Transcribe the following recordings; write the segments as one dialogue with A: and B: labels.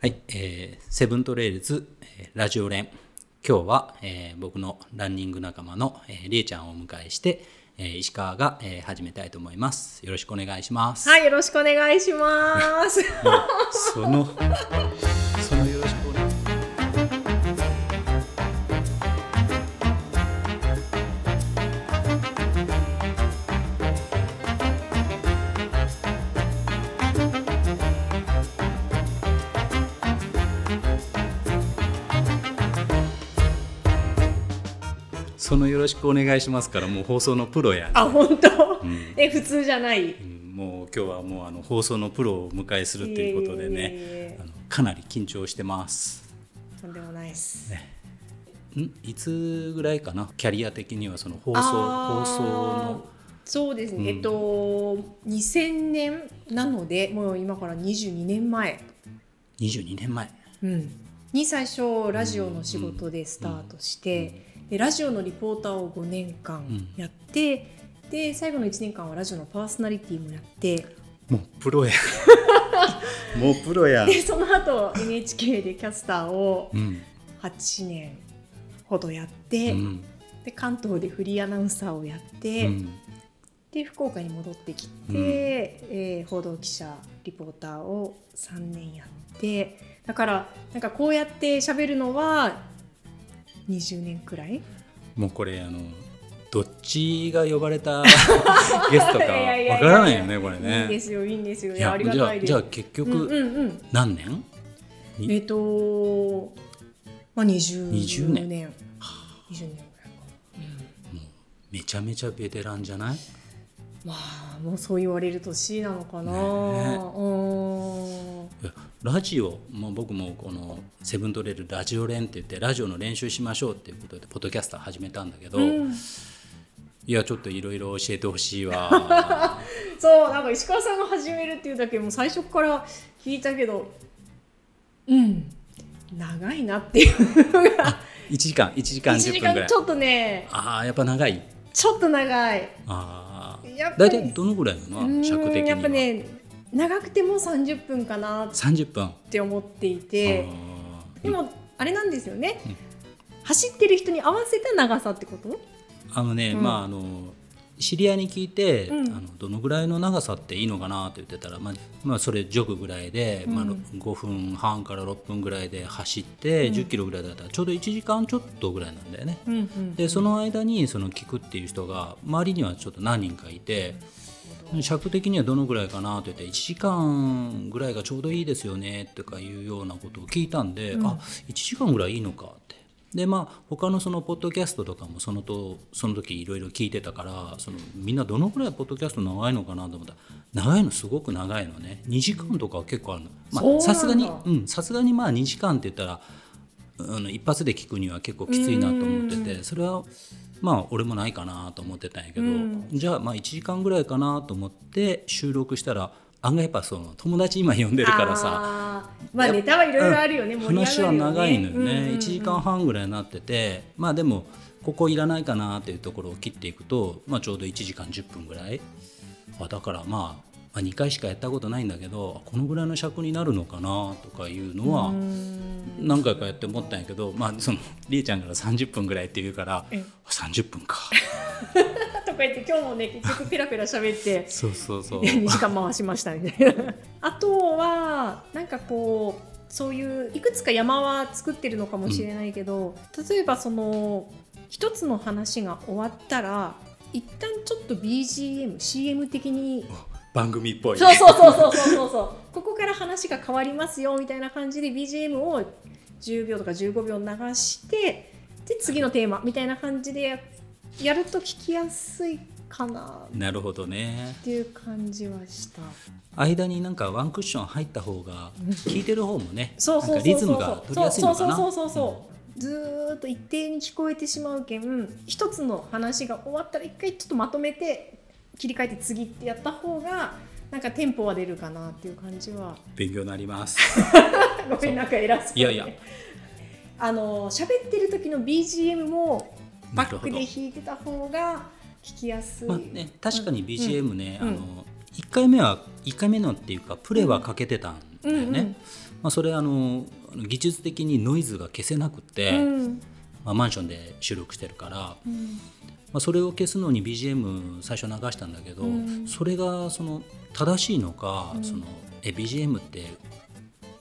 A: はい、えーセブントレイルズ、えーラジオ連。今日は、えー僕のランニング仲間の、えー、りえちゃんをお迎えして、えー石川が、えー始めたいと思います。よろしくお願いします。
B: はい、よろしくお願いします。
A: その、そのよろしくお願いそのよろしくお願いしますからもう放送のプロや、
B: あ、本当、え、普通じゃない。い
A: うんもう今日はもうあの放送のプロをお迎えするということで
B: いえ
A: ね
B: いえいえ
A: あのかなり緊張してます。
B: とんでもないです。
A: んいつぐらいかなキャリア的にはその放送
B: あ
A: 放送の
B: そうですね、えっと、2000年なので、もう今から22年前。
A: 22年前
B: うんに最初ラジオの仕事でスタートして、でラジオのリポーターを5年間やって、で最後の1年間はラジオのパーソナリティもやって
A: もうプロや もうプロ や
B: でその後 NHK でキャスターを
A: うん
B: 8年ほどやっ
A: う
B: て、
A: ん
B: で関東でフリーアナウンサーをやって、
A: うん
B: で福岡に戻ってきて、
A: うん
B: えー報道記者リポーターを3年やってだからなんかこうやって喋るのは20年くらい
A: もうこれあのどっちが呼ばれたゲストかわ
B: いやいやいや
A: からないよねこれ
B: いいんで
A: ね
B: すよいいんですよい
A: い
B: やありが
A: じゃ
B: た
A: あ
B: いです
A: じゃあ結
B: うん
A: 局
B: うんうん
A: 何年
B: えっ、とまあ20
A: 20年
B: 年20年ぐらいか
A: めちゃめちゃベテランじゃない
B: まあもうそう言われると C なのかな、
A: ねえ
B: うん
A: いやラジオ、まあ、僕もこの「セブントレイルラジオ練」って言ってラジオの練習しましょうっていうことでポッドキャスター始めたんだけど、
B: うん
A: いやちょっといろいろ教えてほしい わ
B: そうなんか石川さんが始めるっていうだけもう最初から聞いたけどうん長いなっていうのが
A: 1時間1時間
B: 1
A: 10分
B: 時
A: ぐら
B: 間
A: い
B: ちょっとね
A: ああやっぱ長い
B: ちょっと長い
A: ああ
B: やっぱ
A: 大
B: り
A: 体どのぐらいな
B: う
A: の
B: ん
A: 尺的に
B: やっぱ
A: は、
B: ね長くても30分かなっ
A: 30分あ
B: て思っていて
A: あ
B: でもあれなんですよね、走ってる人に合わせた長さってこと
A: あのね、
B: うん
A: まああの知り合いに聞いて、
B: うん
A: あのどのぐらいの長さっていいのかなって言ってたら、まあまあ、それジョグぐらいで、まあ、
B: うん
A: ろ5分半から6分ぐらいで走って、
B: うん
A: 10キロぐらいだったらちょうど1時間ちょっとぐらいなんだよね。
B: うんうん
A: でその間にその聞くっていう人が周りにはちょっと何人かいて尺的にはどのぐらいかなと言って1時間ぐらいがちょうどいいですよねとかいうようなことを聞いたんで、
B: うん
A: あ1時間ぐらいいいのかって。でまあ、他のそのポッドキャストとかもそのとその時いろいろ聞いてたからそのみんなどのぐらいポッドキャスト長いのかなと思ったら長いのすごく長いのね2時間とかは結構あるの
B: そう
A: ま
B: な
A: あ
B: んだ
A: さすがにうんさすがにまあ2時間って言ったらあの一発で聞くには結構きついなと思っててそれはまあ俺もないかなと思ってたんやけど
B: うん
A: じゃあまあ1時間ぐらいかなと思って収録したら案外やっぱその友達今呼んでるからさ
B: あーまあネタはいろいろあるよね、盛り
A: 話
B: 上が
A: は
B: るよ
A: 長
B: ね
A: いのよ
B: うんうんうん
A: ね1時間半ぐらいになっててまあでもここいらないかなっていうところを切っていくとまあちょうど1時間10分ぐらいあだからまあまあ2回しかやったことないんだけどこのぐらいの尺になるのかなとかいうのは
B: うん
A: 何回かやって思ったんやけど、まあ、そのりえちゃんから30分ぐらいって言うから
B: ええ
A: 30分か
B: とか言って今日もね結局ペラペラ喋って
A: そうそうそう
B: 2 時間回しましたみたいな あとはなんかこうそういういくつか山は作ってるのかもしれないけど、例えばその一つの話が終わったら一旦ちょっと BGMCM 的に
A: 番組っぽい
B: そうそうそうそうそうそうそう ここから話が変わりますよみたいな感じで BGM を10秒とか15秒流してで次のテーマみたいな感じでややると聞きやすいかなっ
A: なるほどね
B: ていう感じはした。
A: 間になんかワンクッション入った方が聞いてる方もね
B: そう
A: なん
B: そ
A: か
B: うそうそう
A: リズムが取りやすいのかな
B: そうそうそうそうそうずーっと一定に聞こえてしまうけん一つの話が終わったら一回ちょっとまとめて切り替えて次ってやった方がなんかテンポは出るかなっていう感じは
A: 勉強になります
B: ごめんなんか偉そう
A: いやいや
B: あの喋ってる時の BGM もバック
A: な
B: で
A: る
B: 弾いてた方が聞きやすい、
A: まあね、確かに BGM ね、
B: うん
A: あの1回目は1回目のっていうかプレはかけてたんだよね、
B: うんうん
A: まあ、それあの技術的にノイズが消せなくて、
B: うん
A: まあ、マンションで収録してるから、ま
B: うん
A: あ、それを消すのに BGM 最初流したんだけど、
B: うん
A: それがその正しいのか、
B: うん
A: そのえ BGM って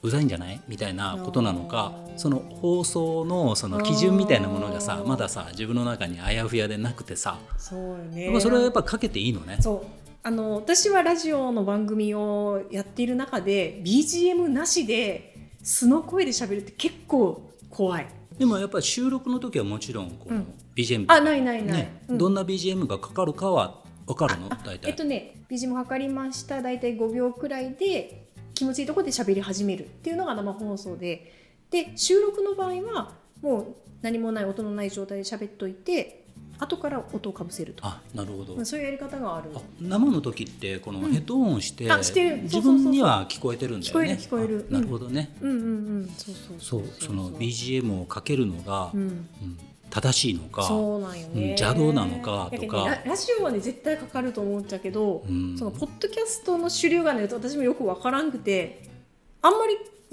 A: うざいんじゃないみたいなことなのか
B: あー
A: その放送のその基準みたいなものがさ
B: あー
A: まださ自分の中にあやふやでなくてさ、
B: そうよね
A: やっぱそれはやっぱかけていいのね。
B: そうあの私はラジオの番組をやっている中で BGM なしで素の声で喋るって結構怖い
A: でもやっぱり収録の時はもちろんこう、
B: うん
A: BGM
B: あないないない、
A: ね
B: うん
A: どんな BGM がかかるかは分かるの大体、
B: えっとね BGM 測りました大体5秒くらいで気持ちいいところで喋り始めるっていうのが生放送でで収録の場合はもう何もない音のない状態で喋っといて後から音をかぶせると
A: あなるほど、
B: うんそういうやり方がある
A: あ生の時ってこのヘッドオンして,、
B: うんあしてるそ
A: 自
B: うそうそうそう
A: 分には聞こえてるんだよね
B: 聞こえる聞こえる
A: あなるほどね、
B: うんうんうんそうそう
A: そうその BGM をかけるのが、
B: う
A: うん
B: ん
A: 正しいのか
B: そうなんよね、
A: うん邪道なのかとか
B: やけどねララジオはね絶対かかると思うんだけど、
A: うん
B: そのポッドキャストの主流がね私もよくわからんくてあんま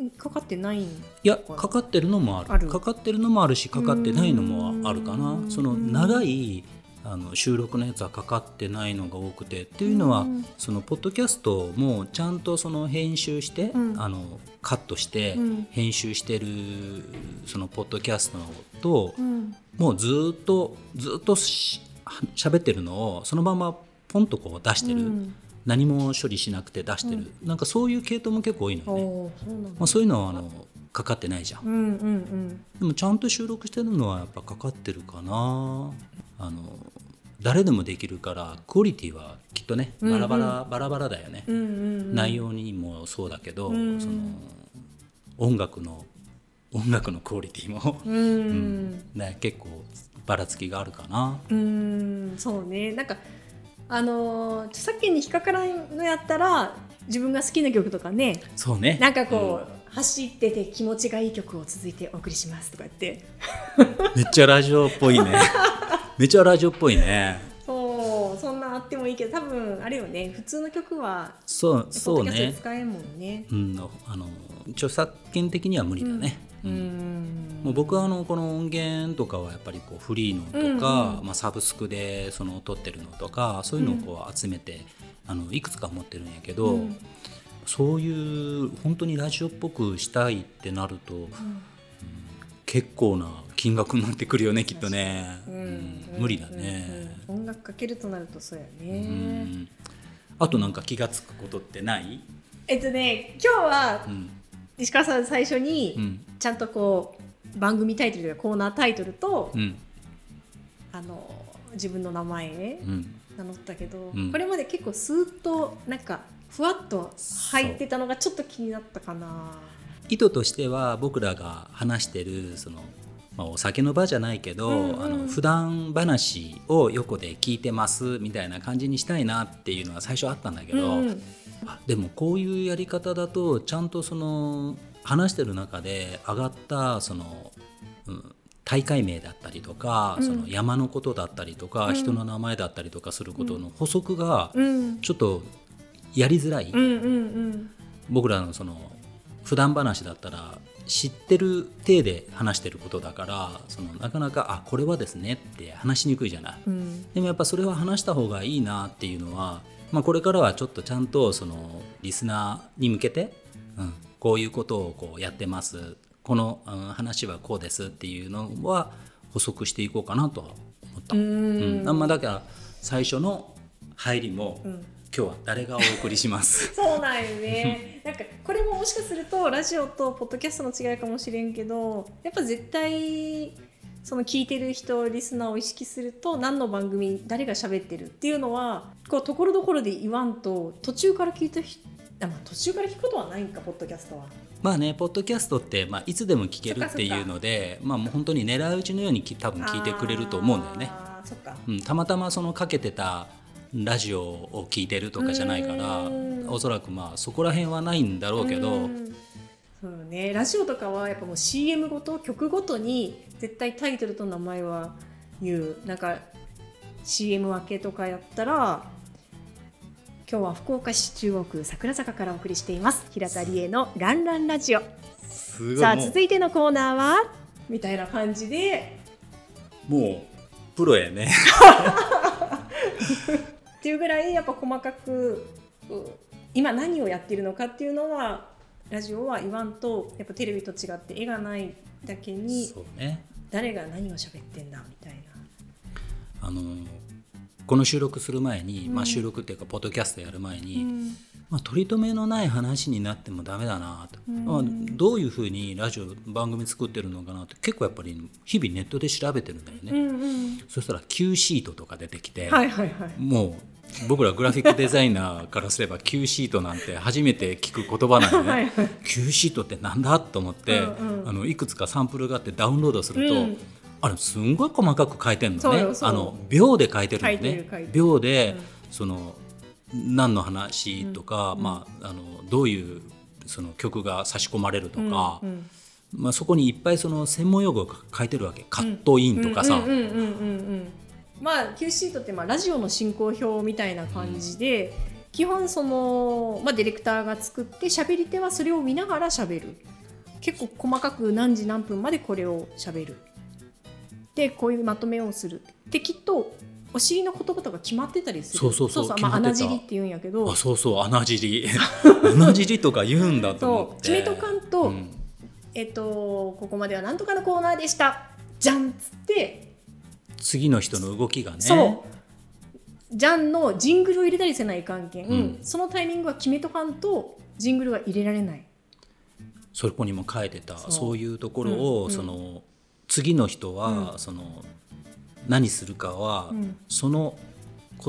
B: りかかってないん
A: いやかかってるのもある
B: ある
A: かかってるのもあるしかかってないのもあるかな
B: うん
A: その長いあの収録のやつはかかってないのが多くてっていうのは、
B: うん
A: そのポッドキャストもちゃんとその編集して、
B: うん
A: あのカットして、
B: うん
A: 編集してるそのポッドキャストと、
B: うん
A: もうずーっとずーっとし喋ってるのをそのままポンとこう出してる、
B: うん
A: 何も処理しなくて出してる、なんかそういう系統も結構多いのよね、
B: おーそうなんだ
A: まあ、そういうのはあのかかってないじゃん
B: うんうんうん
A: でもちゃんと収録してるのはやっぱかかってるかなあの誰でもできるからクオリティはきっとね
B: うんう
A: バ
B: ん
A: ラバラ、バラバラだよね、
B: うんうんうん
A: 内容にもそうだけど、
B: うん
A: その音楽の音楽のクオリティも、
B: うん
A: ね、結構ばらつきがあるかな
B: うんそうねなんかあのー著作権に引っかからんのやったら自分が好きな曲とかね
A: そうね
B: なんかこう、走ってて気持ちがいい曲を続いてお送りしますとか言って
A: うん、めっちゃラジオっぽ いねめっちゃラジオっぽいね
B: そうそんなあってもいいけど多分あれよね普通の曲は
A: そうそう
B: ポッドキャ
A: ね
B: ストで使えんもんね
A: うんあの著作権的には無理だね、
B: う
A: うん
B: ん
A: もう僕はあのこの音源とかはやっぱりこうフリーのと
B: う
A: か、
B: んう
A: まあ、サブスクでその撮ってるのとかそういうのをこう集めて、あのいくつか持ってるんやけど、
B: うん
A: そういう本当にラジオっぽくしたいってなると、結構な金額になってくるよねきっとね、
B: うん
A: うん無理だね、
B: うん音楽かけるとなるとそうや
A: うん
B: ね
A: あとなんか気が付くことってない、
B: えっとね今日は
A: うん
B: 石川さん最初
A: う
B: に
A: ん
B: ちゃんとこう番組タイトルとかコーナータイトルと
A: うん
B: あの自分の名前
A: うん
B: 名乗ったけど
A: うん
B: これまで結構スーッとなんかふわっと入ってたのがちょっと気になったかな。
A: 意図としては僕らが話してるその、まあ、お酒の場じゃないけど、
B: うんうん
A: あの普段話を横で聞いてますみたいな感じにしたいなっていうのは最初あったんだけど、
B: うん
A: あでもこういうやり方だとちゃんとその話してる中で上がったその、うん大会名だったりとか、
B: うん
A: その山のことだったりとか、
B: うん
A: 人の名前だったりとかすることの補足が
B: うん
A: ちょっとやりづらい。
B: うんうん
A: 僕らのその普段話だったら知ってる体で話してることだからそのなかなか「あこれはですね」って話しにくいじゃない。
B: うんうん
A: でもやっぱそれは話した方がいいなっていうのは、まあ、これからはちょっとちゃんとそのリスナーに向けて、うん、こういうことをこうやってますこの、うん話はこうですっていうのは補足していこうかなとは思った。
B: う
A: うん
B: ん
A: あんまだから最初の入りも、
B: うん
A: 今日は誰がお送りし ます。
B: そうなんよ ねなんかこれももしかするとラジオとポッドキャストの違いかもしれんけどやっぱ絶対その聞いてる人リスナーを意識すると何の番組誰が喋ってるっていうのはこうところどころで言わんと途中から聞いた人あまあ途中から聞くことはないんかポッドキャストは。
A: まあね、ポッドキャストって、まあ、いつでも聞けるっていうのでまあ、もう本当に狙い撃ちのようにき多分聞いてくれると思うんだよね、
B: あーそっか。
A: うん、たまたまそのかけてたラジオを聞いてるとかじゃないから
B: うん
A: おそらくまあそこら辺はないんだろうけど
B: んそうよねラジオとかはやっぱもう CM ごと曲ごとに絶対タイトルと名前は言うなんか CM 分けとかやったら今日は福岡市中央区桜坂からお送りしています平田理恵の「ランランラジオ」
A: すごい
B: さあ
A: もう
B: 続いてのコーナーはみたいな感じで
A: もうプロやね
B: っていうぐらいやっぱ細かくう今何をやってるのかっていうのはラジオは言わんとやっぱテレビと違って絵がないだけに
A: そうね
B: 誰が何を喋ってんだみたいな。
A: あのこの収録する前に、
B: うん
A: まあ、収録っていうかポッドキャストやる前に、
B: うん
A: まあ、取り留めのない話になってもダメだなと、
B: うん
A: まあ、どういうふうにラジオ番組作ってるのかなって結構やっぱり日々ネットで調べてるんだよね、
B: うんうん
A: そしたら Q シートとか出てきて、
B: はいはいはい。
A: もう僕らグラフィックデザイナーからすれば Q シートなんて初めて聞く言葉なんで、ね
B: はいはい。
A: Q シートってなんだと思って、
B: うんうん
A: あのいくつかサンプルがあってダウンロードすると、
B: うん
A: あれすんごい細かく書いてるの
B: そう
A: ね
B: よそう
A: あの秒で書いてるの
B: 書いてる書い
A: ね
B: てる
A: 秒で、
B: うん
A: その何の話とか、まあ、あのどういうその曲が差し込まれるとか、
B: うんうん
A: まあ、そこにいっぱいその専門用語が書いてるわけカットインとかさ、
B: うんうんうんうんうんまあ Q シートってまあラジオの進行表みたいな感じで、基本その、まあ、ディレクターが作って喋り手はそれを見ながら喋る結構細かく何時何分までこれを喋るでこういうまとめをするできっとお尻の言葉とか決まってたりする
A: そうそうそう
B: まあ、
A: 決ま
B: 穴
A: ってた
B: 尻って言うんやけど
A: あそうそう穴尻 穴尻とか言うんだと思っ
B: そう
A: て
B: 決めとかんと、
A: うん
B: えっとここまではなんとかのコーナーでしたじゃんっつって
A: 次の人の動きがね
B: そうジャンのジングルを入れたりせない関係、
A: うん
B: そのタイミングは決めとかんとジングルは入れられない
A: そこにも書いてたそ
B: そうう
A: いうところを、
B: うん
A: その次の人は、その何するかは、
B: うん
A: その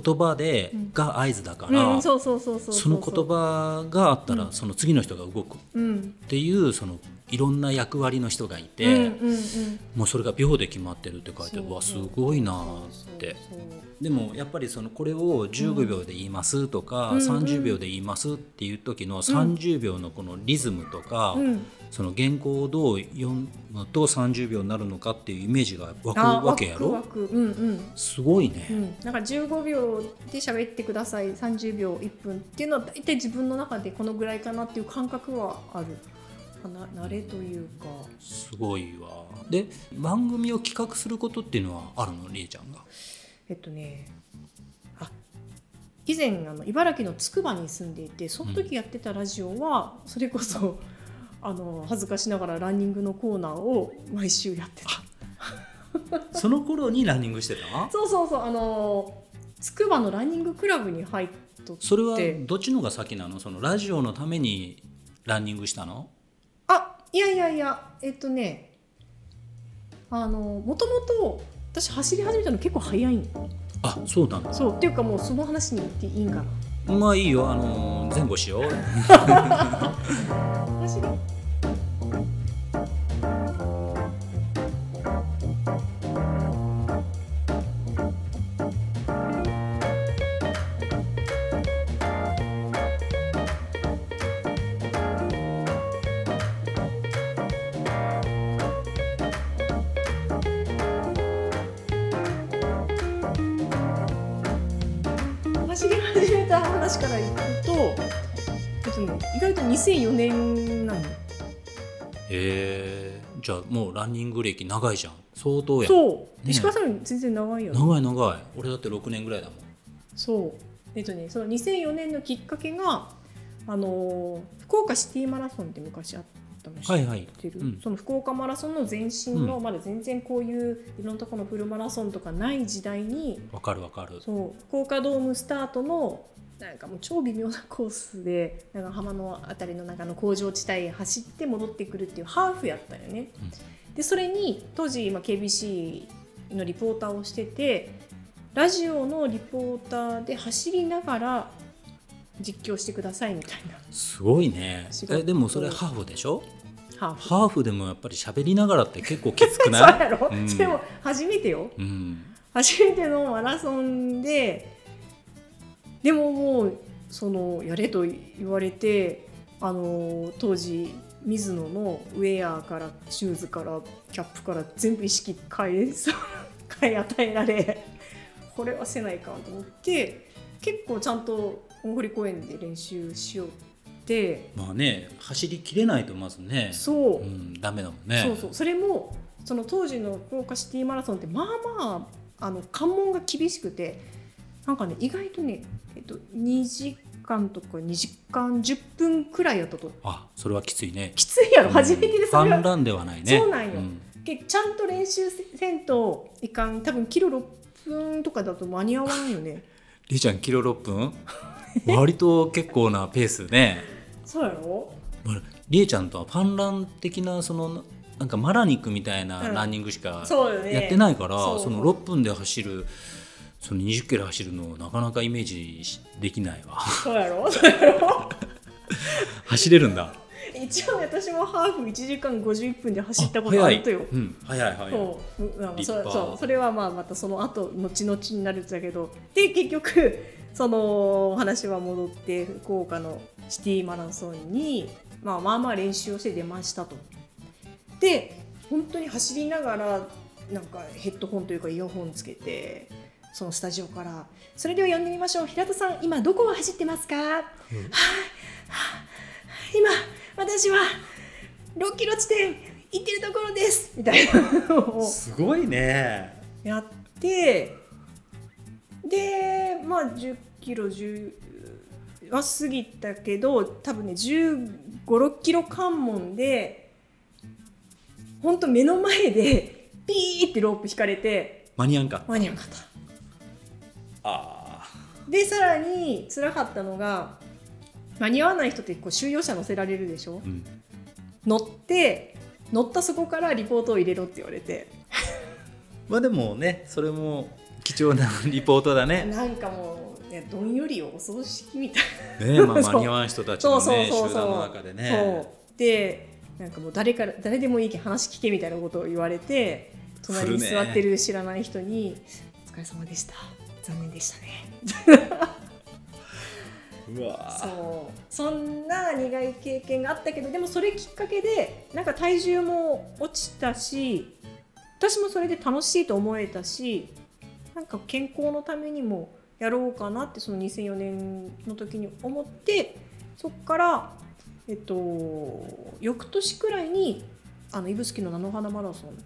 A: 言葉で、
B: うん
A: が合図だから、
B: うんそうそうそうそうう
A: その言葉があったら、
B: うん
A: その次の人が動くっ
B: うん
A: ていうそのいろんな役割の人がいて、
B: うんうんうん
A: もうそれが秒で決まってるって書いて
B: そうう
A: わすごいなーって。
B: そうそう
A: でもやっぱりそのこれを15秒で言いますとか、
B: うん
A: 30秒で言いますっていう時の30秒のこのリズムとか、
B: そううん
A: その原稿をどう読むと30秒になるのかっていうイメージが湧く
B: あ
A: わけや
B: ワ
A: ろ
B: クワクうんうん
A: すごいうね、
B: ん、なんか15秒で喋ってください30秒1分っていうのは大体自分の中でこのぐらいかなっていう感覚はあるかな慣れというか
A: すごいわで番組を企画することっていうのはあるのりえちゃんが
B: えっとねあ以前あの茨城のつくばに住んでいてその時やってたラジオは、それこそあの恥ずかしながらランニングのコーナーを毎週やってた
A: その頃にランニングしてた
B: そうそうそうあのつくばのランニングクラブに入っとって
A: それはどっちのが先なのそのラジオのためにランニングしたの
B: あいやいやいやえっとねあのもともと私走り始めたの結構早いん
A: あそうなんだ
B: そうっていうかもうその話に行っていいんかな
A: まあいいよあのー前後しよう
B: 走り走り始めた話からいくと、えっとね、意外と2004年なの。
A: へえじゃあもうランニング歴長いじゃん相当やん
B: そう、
A: ね
B: 石川さん全然長いよね。
A: 長い長い俺だって6年ぐらいだもん
B: そうえっとねその2004年のきっかけがあのー福岡シティマラソンって昔あったの知っ
A: はいはい
B: てる、
A: うん
B: その福岡マラソンの前身の、
A: う
B: まだ全然こういういろんなところのフルマラソンとかない時代に
A: わかるわかる
B: そう福岡ドームスタートのなんかもう超微妙なコースで長浜のあたりの中の工場地帯へ走って戻ってくるっていうハーフやったよね。でそれに当時今 KBC のリポーターをしててラジオのリポーターで走りながら実況してくださいみたいな
A: すごいね
B: 仕事
A: えでもそれハーフでしょ
B: ハーフ。
A: ハーフでもやっぱり喋りながらって結構きつく
B: そう
A: ない
B: やろ、
A: うん
B: でも初めてよ
A: うん
B: 初めてのマラソンででももうそのやれと言われてあの当時水野のウェアからシューズからキャップから全部意識変えそう 変え与えられこれはせないかと思って結構ちゃんと大堀公園で練習しようっして
A: まあね走りきれないとまずね
B: そう、
A: ん、ダメだもんね
B: そうそうそれもその当時の福岡シティマラソンってまあまああの関門が厳しくてなんかね意外とね、えっと、2時間とか2時間10分くらいやったと
A: あそれはきついね
B: きついやろ
A: うん
B: 初めてで
A: フ
B: それ
A: ァン
B: は
A: ランではないね
B: そうなんよけちゃんと練習せんといかん多分キロ6分とかだと間に合わんよね
A: りーちゃんキロ6分割と結構なペースね
B: そうやろ
A: まありえちゃんとはファンラン的なそのなんかマラニックみたいな
B: うん
A: ランニングしか
B: そうよね
A: やってないから、
B: そう
A: その6分で走るその20キロ走るのなかなかイメージしできないわ
B: そうやろ そうやろ
A: 走れるんだ
B: 一応私もハーフ1時間51分で走ったこと
A: 早
B: あ
A: い、
B: るとよ
A: うん、早い早い
B: そううあの
A: 立
B: そ
A: 派
B: そうそれはまあまたその後後々になるんだけどで結局そのお話は戻って福岡のシティマラソンに、まあ、まあまあ練習をして出ましたと。で本当に走りながらなんかヘッドホンというかイヤホンつけてそのスタジオから「それでは呼んでみましょう平田さん今どこを走ってますかはいはい今私は6キロ地点行ってるところです」みた いなのを
A: すごいね
B: やってでまあ1 0キロ10は過ぎたけど多分ね1 5 6キロ関門でほんと目の前でピーってロープ引かれて
A: 間に合んか
B: 間に合わなかった。
A: あ
B: でさらに辛かったのが間に合わない人ってこう収容者乗せられるでしょ
A: ー、うん、
B: 乗って乗ったそこからリポートを入れろって言われて
A: まあでもねそれも貴重なリポートだね
B: なんかもう、ね、どんよりよお葬式みたいな
A: ね、まあ、
B: そう
A: 間に合わん人たち
B: そ
A: の
B: うそう
A: ね
B: そう
A: 集
B: そ
A: 団の
B: う
A: 中でね
B: そうでなんかもう誰から誰でもいいけん話聞けみたいなことを言われて隣に
A: するね
B: 座ってる知らない人に「お疲れ様でした残念でしたね」
A: うわー
B: そうそんな苦い経験があったけどでもそれきっかけでなんか体重も落ちたし私もそれで楽しいと思えたしなんか健康のためにもやろうかなってその2004年の時に思ってそっからえっと翌年くらいにあの指宿の菜の花マラソン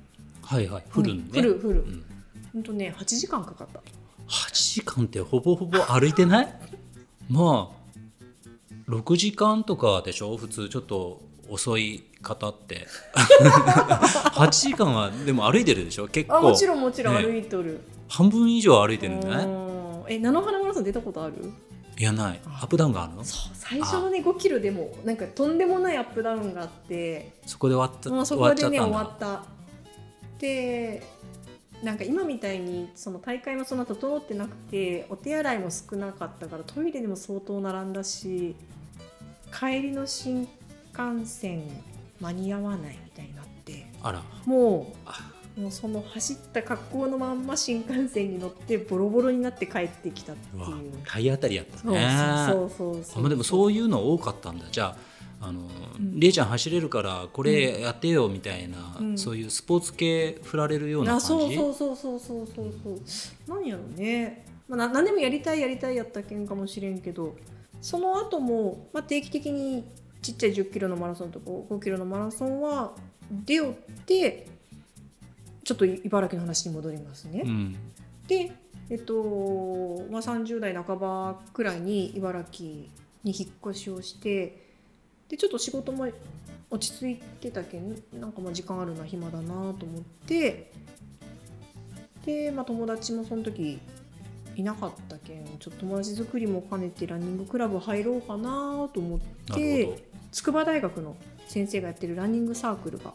A: はいはいフルね、
B: フルフル
A: うん
B: ほんとね8時間かかった
A: 8時間ってほぼほぼ歩いてない まあ6時間とかでしょ普通ちょっと遅い方って 8時間はでも歩いてるでしょ結
B: あも
A: 構
B: ちろんもちろん
A: ね
B: 歩いとる、
A: 半分以上歩いてるんじゃな
B: う
A: い
B: んえ菜の花マラソン出たことある
A: いやないアップダウンがあるのそ
B: そう最初のね5キロでもなんかとんでもないアップダウンがあって
A: こで終わった
B: もうそ
A: 終
B: こ
A: わっ
B: で
A: ちゃっ
B: ね
A: たん
B: 終わ
A: だ
B: ったでなんか今みたいにその大会もそんな整ってなくてお手洗いも少なかったからトイレでも相当並んだし帰りの新幹線間に合わないみたいになって
A: あら
B: も
A: あ
B: うもうその走った格好のまんま新幹線に乗ってボロボロになって帰ってきたって
A: う
B: い
A: わ
B: う。
A: 体当たりやった
B: そう
A: ね
B: そうそうそ
A: あ
B: う
A: まあでもそういうの多かったんだじゃああの、
B: ん
A: りえちゃん走れるからこれやってよみたいな、
B: うん
A: そういうスポーツ系振られるような
B: あ
A: 感じ
B: そうそうそうそうそうそうそうなんやろね、まあ、な何でもやりたいやりたいやったけんかもしれんけどその後も、まあ、定期的にちっちゃい1 0キロのマラソンとか5キロのマラソンは出よってちょっと茨城の話に戻りますね。
A: うん、
B: で、えっとまあ、30代半ばくらいに茨城に引っ越しをしてでちょっと仕事も落ち着いてたけんなんかまあ時間あるな暇だなと思ってで、まあ、友達もその時いなかったけんちょっと友達作りも兼ねてランニングクラブ入ろうかなと思っ
A: なる
B: て
A: ほど。
B: 筑波大学の先生がやってるランニングサークルが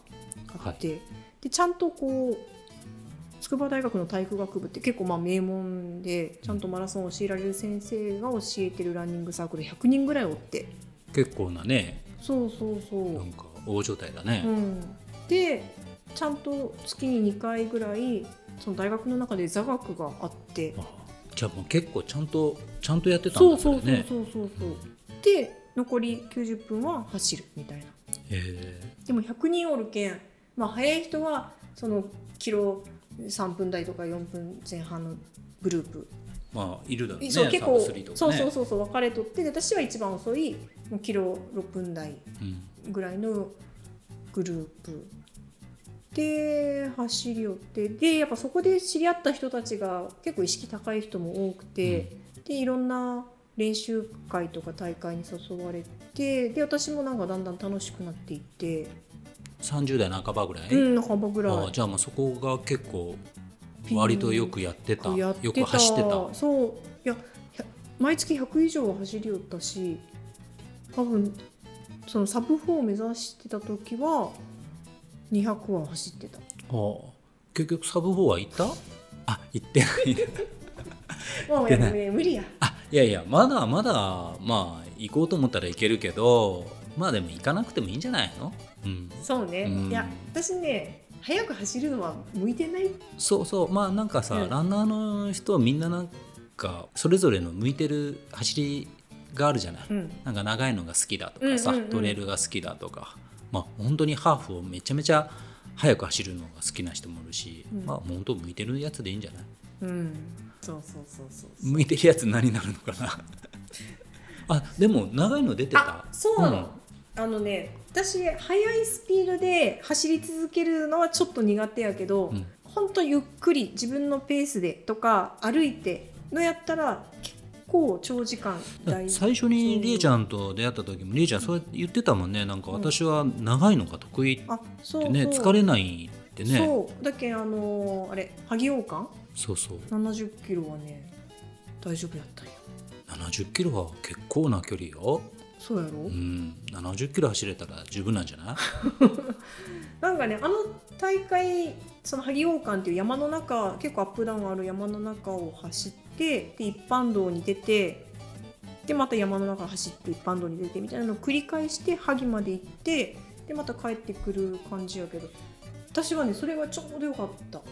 B: あって、でちゃんとこう筑波大学の体育学部って結構まあ名門でちゃんとマラソンを教えられる先生が教えてるランニングサークル100人ぐらいおって
A: 結構なね、
B: そうそうそう。
A: なんか大所帯だね。
B: うん、でちゃんと月に2回ぐらいその大学の中で座学があって。
A: あじゃあもう結構ちゃんとちゃんとやってたん
B: そ
A: だ
B: うそう
A: それ
B: そう
A: ね。
B: そうそうそう、で残り90分は走るみたいな
A: へ
B: でも100人おるけん、まあ、早い人はそのキロ3分台とか4分前半のグループ
A: まあいるだろうね
B: そう結構、
A: サブスリーとかね
B: そうそうそうそう分かれとってで私は一番遅いもうキロ6分台
A: うん
B: ぐらいのグループで走り寄ってでやっぱそこで知り合った人たちが結構意識高い人も多くて、でいろんな練習会とか大会に誘われてで私もなんかだんだん楽しくなっていって、
A: 30代半ばぐらい、
B: うん半ばぐらい
A: ああじゃあもうそこが結構割とよくやってた
B: や
A: よ
B: ってた
A: く走ってた
B: そういやひゃ毎月100以上は走りよったし多分そのサブ4を目指してた時は200は走っ てた
A: ああ結局サブ4は行ったあ行ってない ね
B: まあ
A: 出
B: や
A: ない
B: め無理や
A: あいやいやまだまだまあ行こうと思ったらいけるけどまあでも行かなくてもいいんじゃないの、うん、
B: そうね、
A: うん
B: いや私ね早く走るのは向いてない
A: そうそうまあなんかさ、
B: うん
A: ランナーの人はみんななんかそれぞれの向いてる走りがあるじゃない、
B: うん
A: なんか長いのが好きだとかさ、
B: うんうんうん
A: トレイルが好きだとかまあ本当にハーフをめちゃめちゃ速く走るのが好きな人もいるし、
B: うん
A: まあ本当向いてるやつでいいんじゃない
B: うんそうそうそうそうそう
A: 向いてるやつ何になるのかな あでも長いの出てた
B: あそうなの、あのね私速いスピードで走り続けるのはちょっと苦手やけど、
A: うん
B: ほんとゆっくり自分のペースでとか歩いてのやったら結構長時間
A: だから最初にりえちゃんと出会った時もりえちゃんそう言ってたもんねなんか私は長いのが得意っ
B: あそう
A: て
B: そう
A: ね疲れないってね
B: そうだけんあのーあれ萩王冠
A: そうそう
B: 70キロはね大丈夫やったんや
A: 70キロは結構な距離よ、
B: そうやろ、
A: うん、70キロ走れたら十分なんじ ゃない
B: なんかねあの大会その萩王冠っていう山の中結構アップダウンある山の中を走ってで一般道に出てでまた山の中走って一般道に出てみたいなのを繰り返して萩まで行ってでまた帰ってくる感じやけど私はねそれがちょうどよかった。
A: あ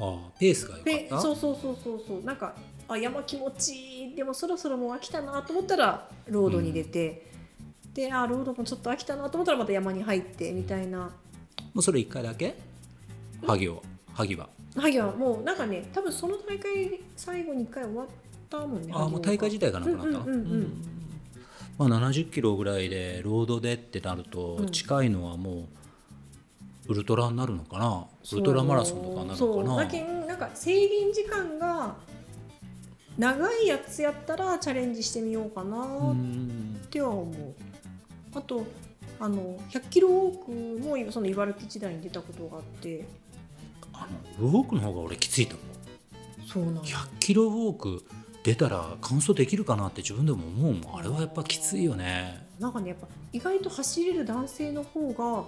A: あペースが良か
B: で
A: った
B: そうそうそうそうそうなんかあ山気持ちいいでもそろそろもう飽きたなと思ったらロードに出て、であロードもちょっと飽きたなと思ったらまた山に入ってみたいな。
A: もうそれ1回だけ萩を萩は
B: 萩はもうなんかね多分その大会最後に1回終わったもんね
A: ああもう大会自体がなくなったの
B: うんうんうんうん
A: うんまあ、70キロぐらいでロードでってなると
B: うん
A: 近いのはもうウルトラになるのかなウ
B: そう
A: ルトラマラソンとかになる
B: そう
A: のか
B: だ
A: な
B: けんなんか制限時間が長いやつやったらチャレンジしてみようかな
A: う
B: っ
A: ん
B: ては思う、あとあの100キロウォークもその茨城時代に出たことがあって
A: あのウォークの方が俺きついと思う
B: そうなんだ
A: 100キロウォーク出たら完走できるかなって自分でも思うもんあれはやっぱきついよね
B: なんかねやっぱ意外と走れる男性の方が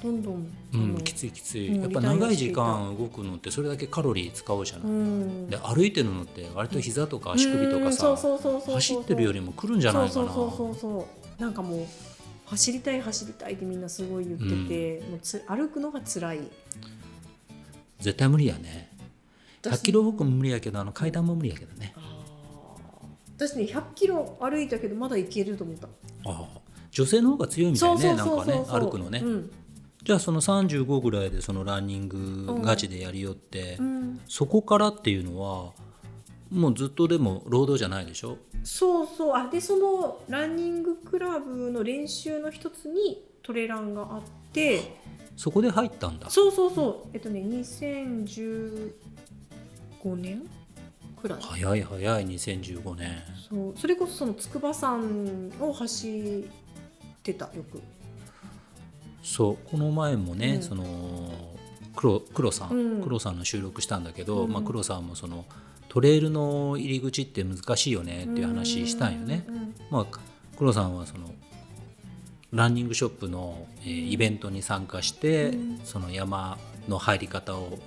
B: どんどん、
A: う
B: あ
A: ん
B: の
A: きついきつ
B: う
A: い
B: ん
A: やっぱ長い時間動くのってそれだけカロリー使うじゃな
B: う
A: い
B: ん
A: で歩いてるのって割と膝とか足首とか
B: うん
A: さ
B: そうそうそうそうそう
A: 走ってるよりも来るんじゃないか
B: そう
A: な
B: そうそうそうそうなんかもう走りたい走りたいってみんなすごい言ってて、もうつ歩くのが辛い
A: 絶対無理やね100キ
B: ロ
A: ロ僕も無理やけどあの階段も無理やけどね
B: 私ね100キロ歩いたけどまだ行けると思った、
A: ああ女性の方が強いみたい
B: そ
A: うね
B: そう
A: な
B: そ
A: ん
B: う
A: か
B: そう
A: ね歩くのね、
B: うん、
A: じゃあその35ぐらいでそのランニングガチでやりよって、
B: うん、
A: そこからっていうのはもうずっとでも労働じゃないでしょ
B: そうそうあでそのランニングクラブの練習の一つにトレランがあって
A: そこで入ったんだ
B: そうそうそうえっとね2015年くらい
A: 早い早い2015年
B: そうそれこそその筑波山を走ってたよく、
A: そうこの前もね、
B: うん
A: その黒黒さん、
B: うん
A: 黒さんの収録したんだけど、
B: うん
A: まあ、黒さんもそのトレイルの入り口って難しいよねっていう話したんよね。
B: うんうん
A: まあ、黒さんはそのランニングショップの、えーイベントに参加して、
B: うん
A: その山の入り方を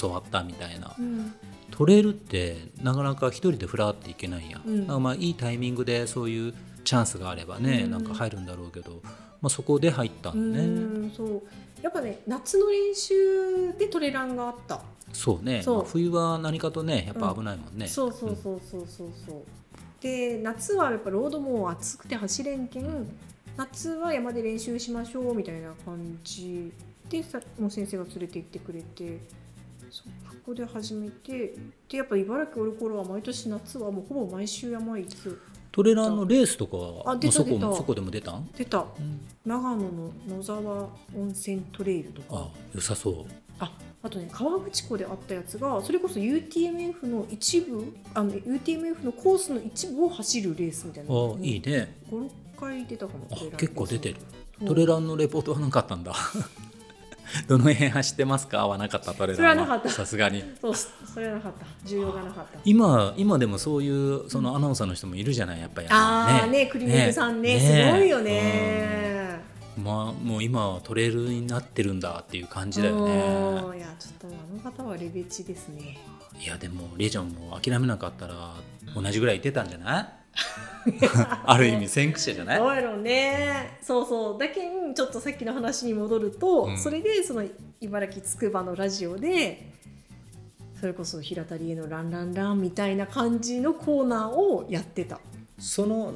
A: 教わったみたいな
B: うん
A: トレイルってなかなか一人でふらっていけないやん、
B: うん
A: だからまあいいタイミングでそういうチャンスがあればね、
B: うん
A: なんか入るんだろうけど、まあ、そこで入ったんだね、
B: うんそうやっぱね夏の練習でトレランがあった、
A: そうね
B: そう
A: まあ冬は何かとねやっぱ危ないもんね、
B: そうそうそうそうそうそうで夏はやっぱロードも暑くて走れんけん夏は山で練習しましょうみたいな感じでさもう先生が連れて行ってくれてそこで始めてでやっぱ茨城おる頃は毎年夏はもうほぼ毎週山行く
A: トレーラーのレースとかは
B: あ
A: も
B: 出
A: う
B: た
A: そこ
B: 出
A: も
B: た
A: そこでも出たん、
B: 出た長野の野沢温泉トレイルとか
A: あ良さそう
B: ああとね河口湖であったやつがそれこそ UTMF の一部あの UTMF のコースの一部を走るレースみたいな
A: あいいね
B: 56回出たかも
A: あ
B: トレラン
A: 結構出てる
B: そう
A: トレランのレポートはなかったんだ どの辺走ってますかはなかったトレ
B: それ
A: ラ
B: は
A: ン
B: なかっ
A: は
B: た
A: さすがに
B: そうそれはなかった重要がなかった
A: 今今でもそういうそのアナウンサーの人もいるじゃないやっぱり
B: ああねクリミルさんねすごいよね
A: うんまあもう今はトレイルになってるんだっていう感じだよね
B: うんいやちょっとあの方はレベチですね
A: いやでもりえちゃんも諦めなかったら同じぐらい出たんじゃ ないある意味先駆者じゃない
B: どうやろうねそうそうだけんちょっとさっきの話に戻ると、
A: うん
B: それでその茨城つくばのラジオでそれこそ平田理恵の「ランランラン」みたいな感じのコーナーをやってた
A: その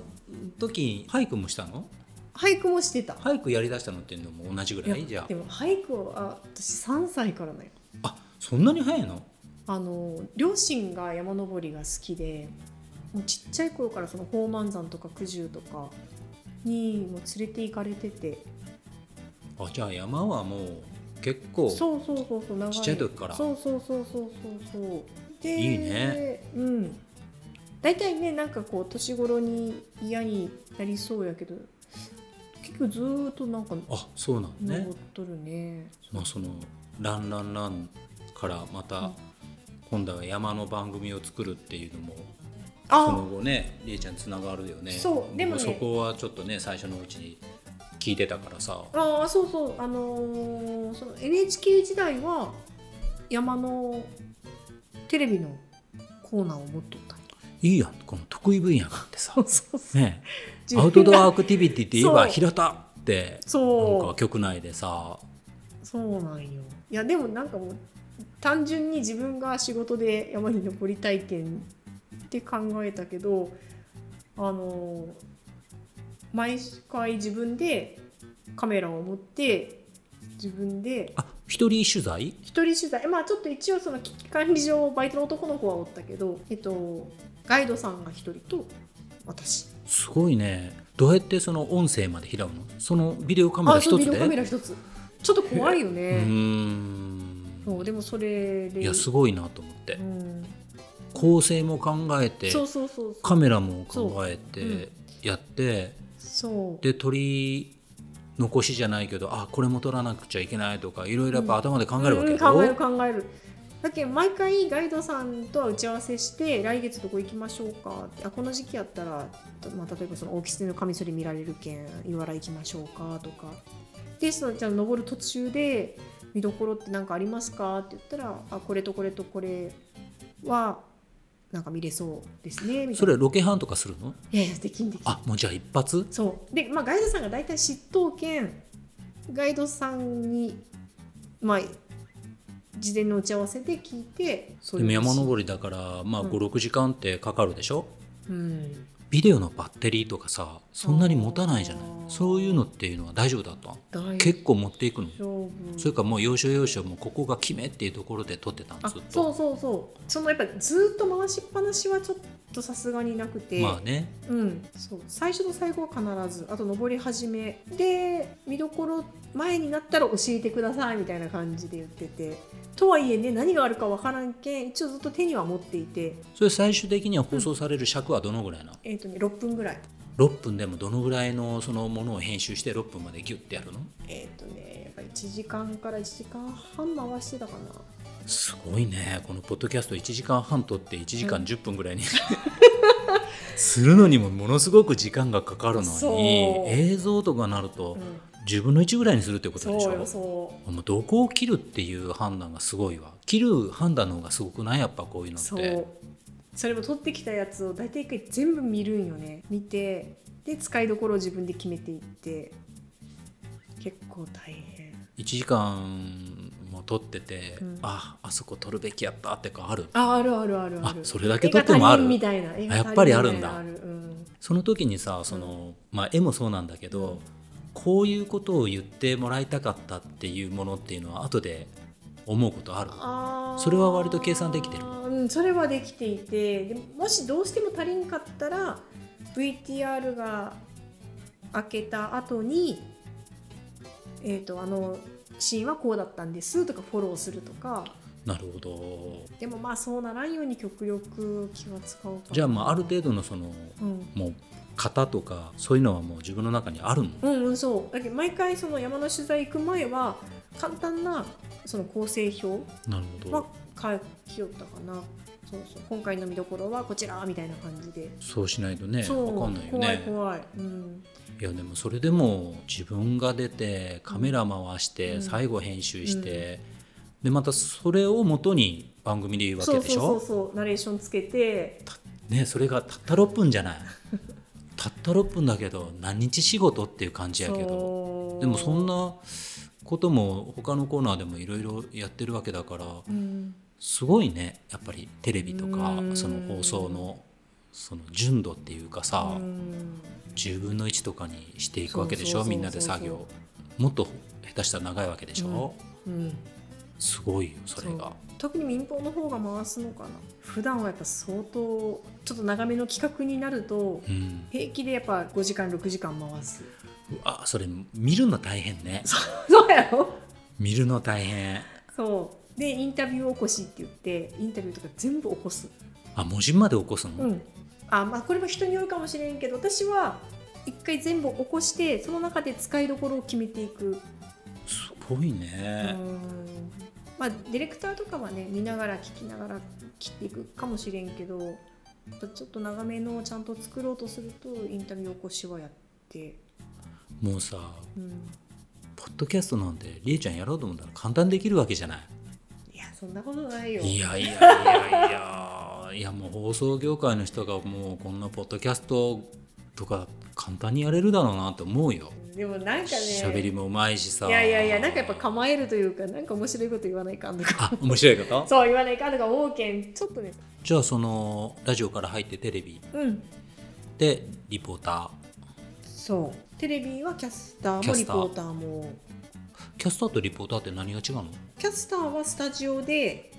A: 時俳句もしたの
B: 俳句もしてた
A: 俳句やりだしたのっていうのも同じぐらい
B: い
A: じゃ
B: やでも俳句はあ私3歳からだよ
A: ああそんなに早いの
B: あの両親が山登りが好きでもうちっちゃい頃からその宝満山とか九十とかにもう連れて行かれてて
A: あじゃあ山はもう結構
B: そうそうそうそう長い
A: ちっちゃい時から
B: そうそうそうそうそうそうで
A: いいね
B: うん大体ねなんかこう年頃に嫌になりそうやけど結局ずーっとなんか
A: あそうなんね
B: 登っとるね
A: まあその「ランランラン」からま
B: う
A: た
B: ん
A: 今度は山の番組を作るっていうのもその
B: あ
A: 後ねりえちゃんつながるよね
B: そうでもね
A: そこはちょっとね最初のうちに聞いてたからさ
B: ああそうそうあのーその NHK 時代は山のテレビのコーナーを持っとったんよ
A: いいやんこの得意分野があってさ
B: そうそうそう
A: ね アウトドアアクティビティって言えば
B: そう
A: 平田ってなん
B: そう
A: か局内でさ
B: そうなんよいやでもなんかもう単純に自分が仕事で山に登りたいけんって考えたけどあの毎回自分でカメラを持って自分で
A: あ一人取材
B: 一人取材まあちょっと一応その危機管理上バイトの男の子はおったけど、えっと、ガイドさんが一人と私
A: すごいねどうやってその音声まで拾うのそのビデオカメラ
B: あそ
A: 一
B: うビ
A: つ
B: デオ
A: で
B: カメラ一つちょっと怖いよ
A: うー
B: ね、
A: ん
B: そうでもそれで
A: いやすごいなと思って
B: うん、
A: 構成も考えて
B: そうそうそうそう
A: カメラも考え
B: そうう
A: て
B: ん
A: やって
B: そう
A: で撮り残しじゃないけどあこれも撮らなくちゃいけないとかいろいろやっぱ頭で考えるわけ
B: うん
A: だろ、
B: 考える考えるだけど毎回ガイドさんとは打ち合わせして来月どこ行きましょうかってあこの時期やったら、まあ、例えばその大きすのカミソリ見られるけんいわら行きましょうかとかでそのじゃあ登る途中で見どころって何かありますかって言ったらあこれとこれとこれはなんか見れそうですねみた
A: そ
B: いな
A: れロケハンとかするの
B: いやいやできんできん
A: あもうじゃあ一発
B: そうで、まあ、ガイドさんが大体執刀兼ガイドさんに、まあ、事前の打ち合わせで聞いてそ
A: でも山
B: り、
A: 登りだから、まあ、
B: うん
A: 56時間ってかかるでしょ、
B: うん、
A: ビデオのバッテリーとかさそんなに持たないじゃない
B: あー
A: そういうのっていうのは大丈夫だったの
B: 大
A: 結構持っていくの
B: 丈夫
A: それかもう要所要所もうここが決めっていうところで撮ってたの
B: あ
A: ずっ
B: そう
A: と
B: そうそうそのやっぱずっと回しっぱなしはちょっとさすがになくて、
A: まあね
B: うん、そう最初と最後は必ずあと登り始めで見どころ前になったら教えてくださいみたいな感じで言っててとはいえね何があるかわからんけん一応ずっと手には持っていて
A: それ最終的には放送される尺はどのぐらいなの、
B: えっ、とね6分ぐらい
A: 6分でもどのぐらいのそのものを編集して6分までギュッてやるの
B: えっ、とねやっぱ1時間から1時間半回してたかな
A: すごいねこのポッドキャスト1時間半撮って1時間10分ぐらいに、するのにもものすごく時間がかかるの
B: そう
A: に映像とかなると
B: うん
A: 10分の1ぐらいにするってこと
B: そ
A: でし
B: うよ
A: ょ
B: そ
A: もうどこを切るっていう判断がすごいわ切る判断の方がすごくないやっぱこういう
B: う
A: のっ
B: そう
A: て
B: それも撮ってきたやつを大体一回全部見るんよね見てで使いどころを自分で決めていって結構大変
A: 1時間も撮ってて、
B: うん
A: ああそこ撮るべきやったってかある
B: ああるあるあるある
A: あそれだけ撮ってもある
B: 絵が足りんみたいな絵が足りんみたいな
A: やっぱりあるんだ
B: あるうん
A: その時にさその、まあ、絵もそうなんだけどこういうことを言ってもらいたかったっていうものっていうのは後で思うことある
B: あー
A: それは割と計算できてる
B: うんそれはできていてでもしどうしても足りんかったら VTR が開けた後にえっ、とあのシーンはこうだったんですとかフォローするとか
A: なるほど
B: でもまあそうならんように極力気は使おうかな
A: じゃあまあある程度のその
B: うん
A: もう型とかそういうのはもう自分の中にあるの
B: うんうんそうだけど毎回その山の取材行く前は簡単なその構成表
A: なるほ
B: は
A: ど
B: 書きよったかなそうそう今回の見どころはこちらみたいな感じで
A: そうしないとね
B: そう
A: 分かんないよ
B: 怖い
A: ね
B: 怖い、うん、
A: いやでもそれでも自分が出てカメラ回して、
B: うん
A: 最後編集して、でまたそれをもとに番組で言うわ
B: そ
A: け
B: う
A: でし
B: そ
A: ょ
B: うそうそうナレーションつけて
A: ね、それがたった6分じゃないたった6分だけど何日仕事っていう感じやけど
B: そう
A: でもそん、なことも他のコーナーでもいろいろやってるわけだから
B: うん、
A: すごいねやっぱりテレビとか
B: うん
A: その放送のその純度っていうかさ、
B: うん
A: 10分の1とかにしていくわけでし
B: そう
A: ょ
B: そうそ
A: み
B: うそう
A: んなで作業もっと下手したら長いわけでしょ、
B: うん
A: すごいよそれ
B: そ
A: が
B: う特に民放の方が回すのかな普段はやっぱ相当ちょっと長めの企画になると
A: うん
B: 平気でやっぱ5時間6時間回す
A: うわそれ見るの大変ね
B: そうやろ
A: 見るの大変
B: そうでインタビュー起こしって言ってインタビューとか全部起こす
A: あ文字まで起こすの、
B: うん、あまあこれも人によるかもしれんけど私は一回全部起こしてその中で使いどころを決めていく、
A: すごいうね、
B: んまあ、ディレクターとかはね見ながら聞きながら切っていくかもしれんけどやっぱちょっと長めのをちゃんと作ろうとするとインタビュー起こしはやって、
A: もうさ
B: うん、
A: ポッドキャストなんてりえちゃんやろうと思ったら簡単にできるわけじゃない
B: いやそんなことないよ
A: いやいやいやいや いやもう放送業界の人がもうこんなポッドキャストとか簡単にやれるだろうなと思うよ
B: でもなんかね
A: 喋、りもうまいしさ
B: いやいやいやなんかやっぱ構えるというかなんか面白いこと言わないかんとか
A: あ面白いこと
B: そう言わないかんとか思うけんちょっとね
A: じゃあそのラジオから入ってテレビ
B: うん
A: でリポータ
B: そうテレビはキャスター
A: キャ
B: も
A: ス
B: リ
A: ター
B: ポーターも
A: ーキャスターとリポーターって何が違うの
B: キャスターはスタジオで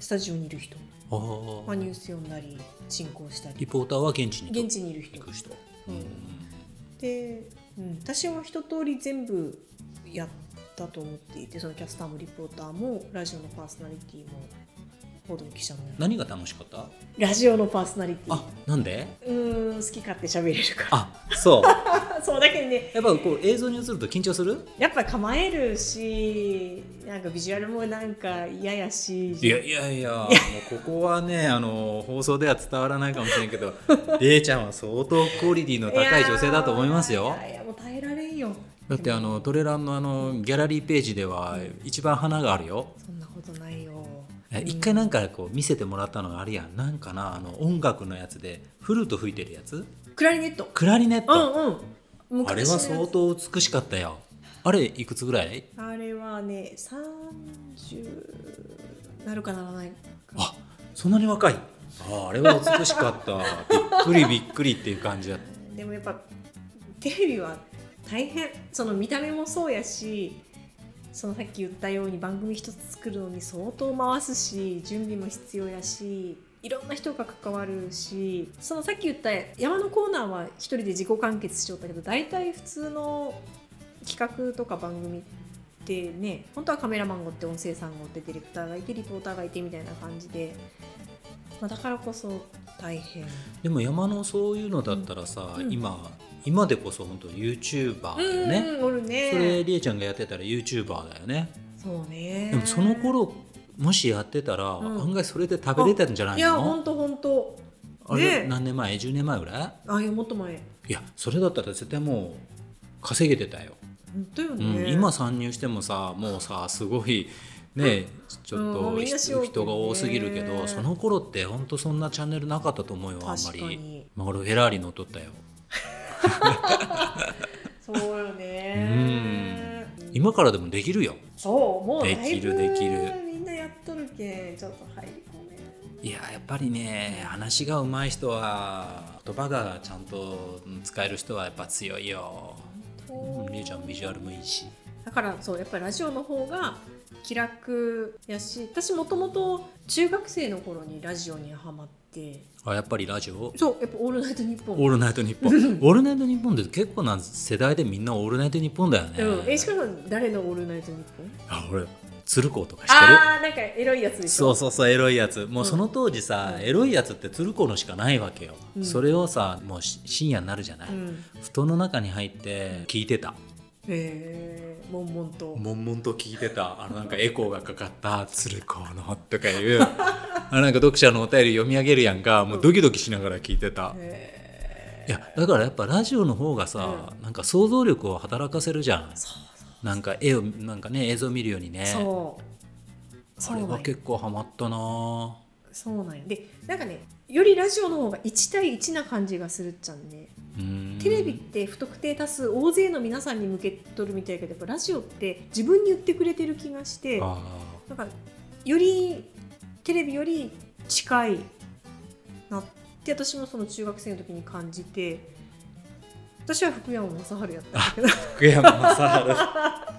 B: スタジオにいる人、
A: あ
B: まあ、ニュ
A: ー
B: ース読んだり進行した
A: リ
B: り
A: ポーターは現地に
B: 現地にいる人
A: 行く人う
B: うん
A: ん
B: で、うん、私は一通り全部やったと思っていてそのキャスターもリポーターもラジオのパーソナリティも報道記者も
A: 何が楽しかった
B: ラジオのパーソナリティ
A: あなんで
B: うーん好き勝手喋れるか
A: あそう
B: ら そうだけどね
A: やっぱこう映像に映ると緊張する
B: やっぱ構えるしなんかビジュアルもなんか嫌やし
A: いやいやいやもうここは ねあの放送では伝わらないかもしれんけどれいちゃんは相当クオリティの高い女性だと思いますよ
B: いやいやもう耐えられんよ。
A: だってあのトレランのあのギャラリーページでは一番花があるよ
B: そんなことないよ。
A: え一回なんんかこう見せてもらったのがあるやんなんかなあの音楽のやつでフルート吹いてるやつ
B: クラリネット。
A: クラリネッ
B: う
A: ト、
B: んうん。
A: あれは相。当美しかったよあれいくつぐらい
B: あれはね三十なるかならないか。
A: あそんなに若いああれは美しかったびっくりびっくりっていう感じだった
B: でもやっぱテレビは大変。その見た目もそうやし。そのさっき言ったように番組一つ作るのに相当回すし準備も必要やしいろんな人が関わるしそのさっき言った山のコーナーは一人で自己完結しちゃったけど大体普通の企画とか番組ってね本当はカメラマンがおって音声さんがおってディレクターがいてリポーターがいてみたいな感じで、まあ、だからこそ大変
A: でも山のそういうのだったらさ、
B: うん
A: 今今でこそ本当 YouTuber だよね、
B: うんおるね
A: それりえちゃんがやってたら YouTuber だよね、
B: そうね
A: でもその頃もしやってたら、
B: ん
A: 案外それで食べれたんじゃない
B: い
A: の
B: やほんとほんと
A: あれ、
B: ね
A: 何年前10年前ぐら
B: あいやもっと前
A: いいやそれだったら絶対もう稼げてたよ、
B: 本当よ
A: う
B: ね、
A: ん、今参入してもさもうさすごいねちょっ
B: うん
A: と
B: みんなしようけ
A: 人
B: どね
A: が多すぎるけどその頃ってほんとそんなチャンネルなかったと思うよあんま
B: 確か
A: り。
B: に
A: まあ、俺フェラーリ乗っとったよ
B: そうよね
A: 今からでもできるよ
B: そうもうだいぶ
A: できるでき
B: みんなやっとるけんちょっと入り込めない
A: いややっぱりね話が上手い人は言葉がちゃんとうん使える人はやっぱ強いよ
B: ほんと
A: みゆちゃんビジュアルもいいし
B: だからそうやっぱりラジオの方が気楽やし私もともと中学生の頃にラジオにはまって
A: あやっぱりラジオ
B: そうやっぱ「オールナイトニッポ
A: 「
B: ン」
A: オールナイトニッポ ン」「オールナイトニッポン」って結構な世代でみんな「オールナイトニッポン」だよね、
B: うん、えしかも誰の「オールナイトニッポン」
A: あ俺鶴光とかしてる
B: ああーなんかエロいやつでし
A: そ
B: ょ
A: うそうそうエロいやつもううんその当時さ、
B: うん
A: エロいやつって鶴子のしかないわけよ、
B: うん
A: それをさもうし深夜になるじゃない、
B: うん、
A: 布団の中に入って聞いてた
B: えー、悶々と
A: 悶々と聞いてたあのなんかエコーがかかった「鶴子の」とかいう あのなんか読者のお便り読み上げるやんかもうドキドキしながら聞いてた、
B: へ
A: いやだからやっぱラジオの方がさ、なんか想像力を働かせるじゃん
B: ーそう
A: なんか絵をなんかね映像見るようにね
B: そう
A: あれは結構ハマったな
B: そうなんやでなんかねよりラジオの方が1対1な感じがするっちゃんね
A: うん
B: テレビって不特定多数大勢の皆さんに向けとるみたいやけどやっぱラジオって自分に言ってくれてる気がして
A: あ
B: な
A: あ
B: んかよりテレビより近いなって私もその中学生の時に感じて私は福山雅治やったんだけど
A: 福山雅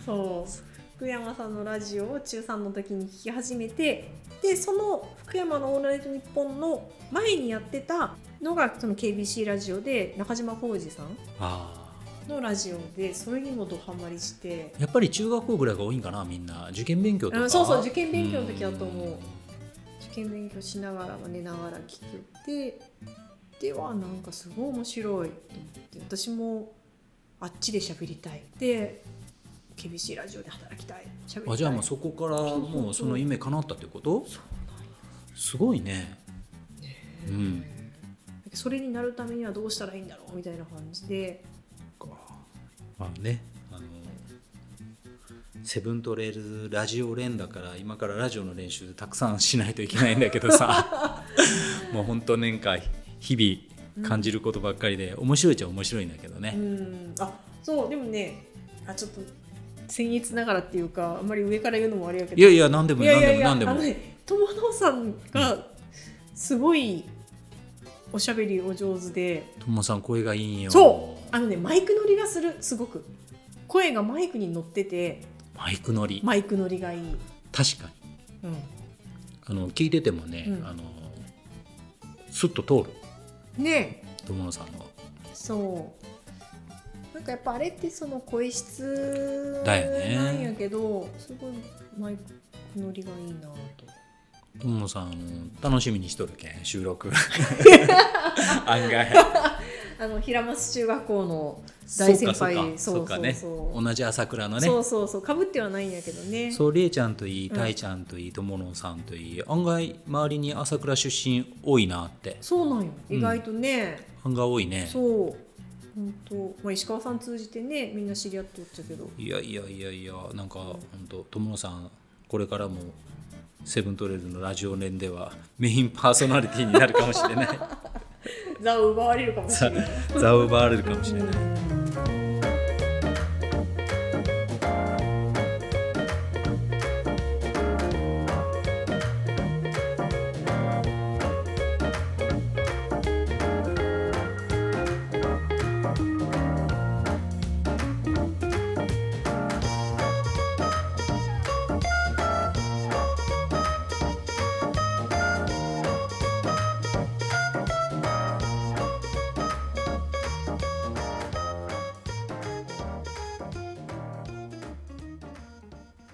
A: 治
B: そう福山さんのラジオを中3の時に聞き始めてでその福山の「オールナイトニッポン」の前にやってたのがその KBC ラジオで中島浩二さん
A: あ
B: のラジオでそれにもドハマりして
A: ーやっぱり中学校ぐらいが多いんかなみんな受験勉強と
B: う
A: か
B: んそうそう受験勉強の時だと思う受験勉強しながら寝ながら聞けてではなんかすごい面白いと思って私もあっちで喋りたいで KBC ラジオで働きたい喋りたい
A: あじゃあもうそこから
B: そうそう
A: もうその夢叶ったってこと
B: そう
A: すごいねう
B: なんや
A: ん
B: それになるためにはどうしたらいいんだろうみたいな感じで
A: まあねあのセブントレールラジオ連だから今からラジオの練習たくさんしないといけないんだけどさ もう本当年間日々感じることばっかりで、面白いっちゃ面白いんだけど
B: う
A: ね、
B: んあそうでもねあちょっと僭越ながらっていうかあんまり上から言うのもあれやけど
A: いやいや何でも
B: いや
A: 何
B: いや
A: で
B: い
A: も
B: や、あ
A: 何で
B: の
A: も
B: ね、友野さんがすごいおしゃべりお上手で、
A: ともさん声がいいんよ
B: そうあのねマイク乗りがするすごく声がマイクに乗ってて
A: マイク乗り、
B: マイク乗りがいい、
A: 確かに
B: う
A: あの聞いててもね、
B: うん
A: あのスッと通る
B: ん、ねえ
A: 友野さんの
B: そうなんかやっぱあれってその声質
A: だよね
B: なんやけどすごいマイク乗りがいいなと。
A: 友野さん楽しみにしとるけん収 録案外
B: あの平松中学校の
A: そ
B: 大
A: う
B: 先
A: かそうか
B: 輩
A: そうかね同じ朝倉のね
B: そうそうそうかぶってはないんやけどね
A: そうりえちゃんといい
B: うん
A: たいちゃんといい友野さんといい案外周りに朝倉出身多いなって
B: そうなんよ
A: うん
B: 意外とね、
A: 案外多いね
B: そう本当、まあ、石川さん通じてねみんな知り合っておったけど
A: いやいやいやいやなんか本当友野さんこれからもセブントレールのラジオ連ではメインパーソナリティになるかもしれない
B: 座を奪われるかもしれない。
A: 座を奪われるかもしれない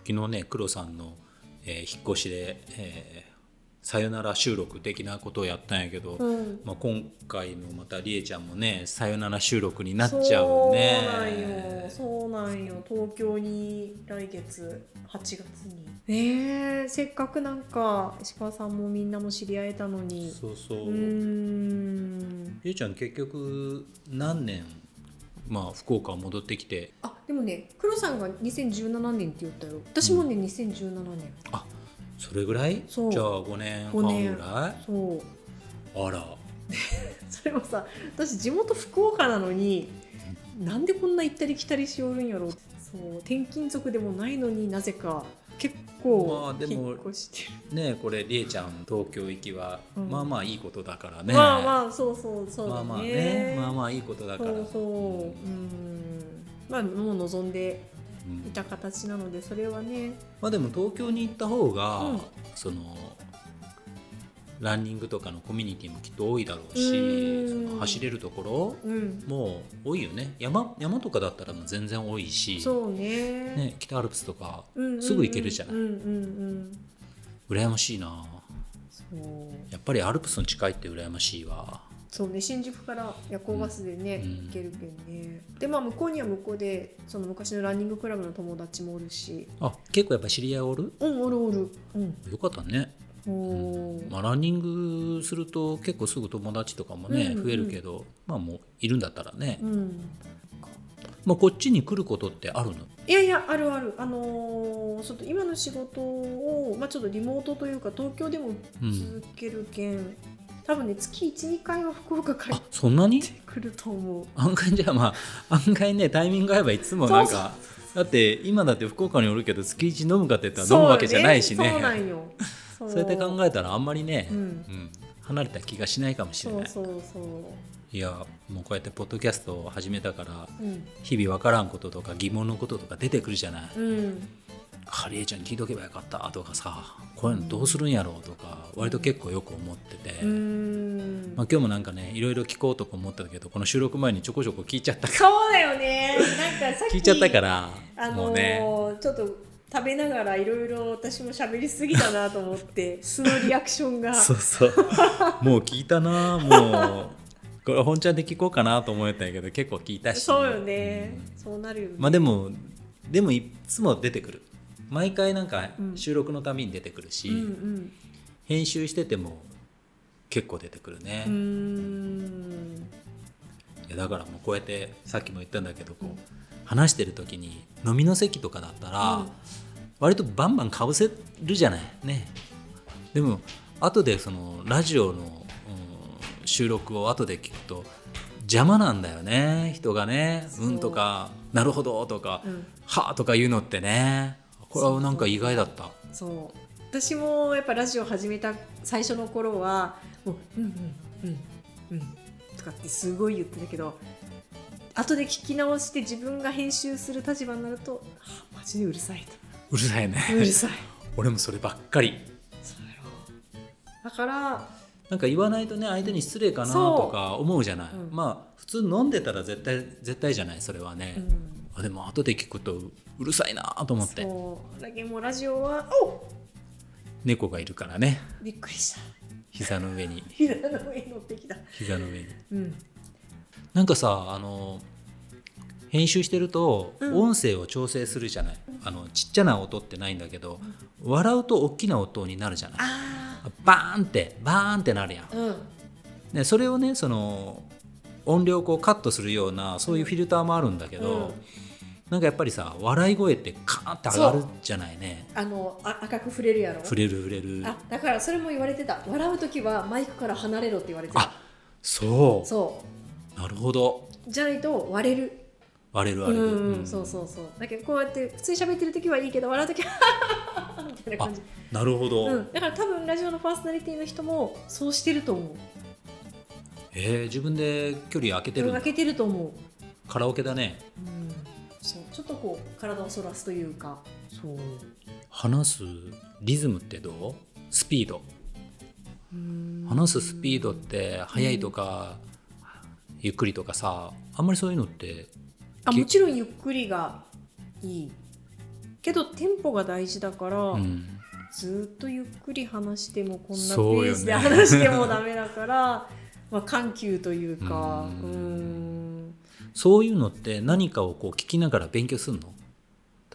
A: 昨日ね黒さんの、えー引っ越しで、えーさよなら収録的なことをやったんやけど、
B: うん
A: まあ、今回のまたりえちゃんもねさよなら収録になっちゃうね
B: そうなんよそうなんよ東京に来月8月にねえせっかくなんか石川さんもみんなも知り合えたのに
A: そうそう
B: うーん
A: りえちゃん結局何年まあ福岡戻ってきて
B: あでもね黒さんが2017年って言ったよ私もね2017年
A: あそれぐらいじゃ
B: そ
A: あ
B: う
A: 5年半
B: 五年
A: ぐらい
B: そう
A: あら
B: それもさ私地元福岡なのになんでこんな行ったり来たりしおるんやろそう転勤族でもないのになぜか結
A: まあ
B: 構
A: でも
B: 引っ越してる、
A: ねこれりえちゃん東京行きは、
B: うん
A: まあまあいいことだから
B: ま
A: ね
B: あまあそうそうそう
A: ま
B: だ
A: あ
B: ね,、
A: まあねまあまあいいことだから
B: そうそううんまあもう望んで
A: うん
B: いた形なのでそれはね
A: まあでも東京に行った方が、
B: うん
A: そのランニングとかのコミュニティもきっと多いだろう
B: う
A: し
B: ーん
A: その走れるところ
B: うん
A: も多いよね山山とかだったらもう全然多いし、
B: そうね
A: ね、北アルプスとか
B: うんうんうん
A: すぐ行けるじゃない
B: うんうんうん
A: 羨ましいな
B: そう
A: やっぱりアルプスの近いって羨ましいわ
B: そうね新宿から夜行バスでね、
A: うん
B: 行けるけんねでまあ向こうには向こうでその昔のランニングクラブの友達もおるし
A: あ結構やっぱ知り合いおる
B: うんおるおるうん
A: よかったね、
B: おー
A: まあ、ランニングすると結構すぐ友達とかもね、
B: うんうん
A: 増えるけどまあもういるんだったらね、
B: うん
A: まあ、こっちに来ることってあるの
B: いやいやあるあるあのーちょっと今の仕事を、まあ、ちょっとリモートというか東京でも
A: うん
B: 続けるけん、多分ね月12回は福岡帰っ
A: あそんなに
B: てくると思う
A: 案外じゃあまあ案外ねタイミング合えばいつもなんか
B: そう
A: だ
B: そ
A: って今だって福岡におるけど月一飲むかって言ったら飲むわけじゃないしね
B: そうなんよ そ
A: それで考えたらあんまりね、
B: う
A: うん
B: ん
A: 離れた気がしないかもしれ
B: そ
A: ないう
B: そうそう
A: いやもうこうやってポッドキャストを始めたから
B: うん
A: 日々わからんこととか疑問のこととか出てくるじゃない、
B: うん
A: ハリエちゃん聞いとけばよかったとかさこういうのどうするんやろうとか割と結構よく思ってて、
B: うーん
A: まあ、今日もなんかねいろいろ聞こうとか思ったけどこの収録前にちょこちょこ聞いちゃった
B: そうだよね。なんかさっき
A: 聞いちゃったから、
B: あのー
A: もうね
B: ちょっと食べながらいろいろ私も喋りすぎだなと思って、 素のリアクションが。
A: そうそうもう聞いたなもうこれ本ちゃんで聞こうかなと思ったんやけど結構聞いたし
B: そうよね
A: うん。
B: そうなるよね。
A: まあでもでもいつも出てくる毎回なんか
B: うん
A: 収録のたびに出てくるし、
B: うんうん。
A: 編集してても結構出てくるね、
B: うーん。
A: いやだからもうこうやってさっきも言ったんだけどこう、
B: うん
A: 話してる時に飲みの席とかだったら、
B: うん
A: 割とバンバンかぶせるじゃないねでも後でそのラジオの、うん収録を後で聞くと邪魔なんだよね人がね「
B: そう
A: うん」とか「なるほど」とか「
B: うん
A: はあ」とか言うのってねこれはなんか意外だった
B: そう。私もやっぱラジオ始めた最初の頃は、もううんうんうんうんとかってすごい言ってたけど。後で聞き直して自分が編集する立場になると、はあマジでうるさいと。
A: うるさいね
B: うるさい。
A: 俺もそればっかり
B: そうやろだから
A: なんか言わないとね相手に失礼かなとか思うじゃない、
B: うん
A: まあ普通飲んでたら絶対絶対じゃないそれはね、
B: うん
A: あでも後で聞くとうるさいなと思って
B: そうだけどもうラジオはお
A: 猫がいるからね
B: びっくりした
A: 膝の上に
B: 膝の上に乗ってきた
A: 膝の上に
B: うん
A: なんかさあの編集してると
B: うん
A: 音声を調整するじゃない、あのちっちゃな音ってないんだけど笑うと大きな音になるじゃない
B: あ
A: バーンってバーンってなるやん
B: あうん
A: ね、それをねその音量をこうカットするようなそういうフィルターもあるんだけど、
B: うん
A: なんかやっぱりさ笑い声ってカーンって上がるじゃないね
B: あのあ赤く触れるやろ
A: 触れる触れる
B: あだからそれも言われてた笑う時はマイクから離れろって言われてた
A: あそう
B: そ
A: なるほど
B: うじゃないと割れる
A: 割れる
B: う
A: 割れる、
B: ん、
A: うん
B: そうそうそうだけどこうやって普通に喋ってる時はいいけど笑う時は みたいな感じ
A: なるほど、
B: うん、だから多分ラジオのパーソナリティの人もそうしてると思う
A: えー自分で距離開けてるんだ
B: 開けてると思う
A: カラオケだね
B: うんそうちょっとこう体を反らすというかそう
A: 話すリズムってどうスピード話すスピードって速いとか、ゆっくりとかさあんまりそういうのって
B: あもちろんゆっくりがいいけどテンポが大事だから、
A: うん
B: ずっとゆっくり話してもこんなペ
A: そうよね
B: ースで話してもダメだから、 まあ緩急というか
A: う
B: うんん
A: そういうのって何かをこう聞きながら勉強するの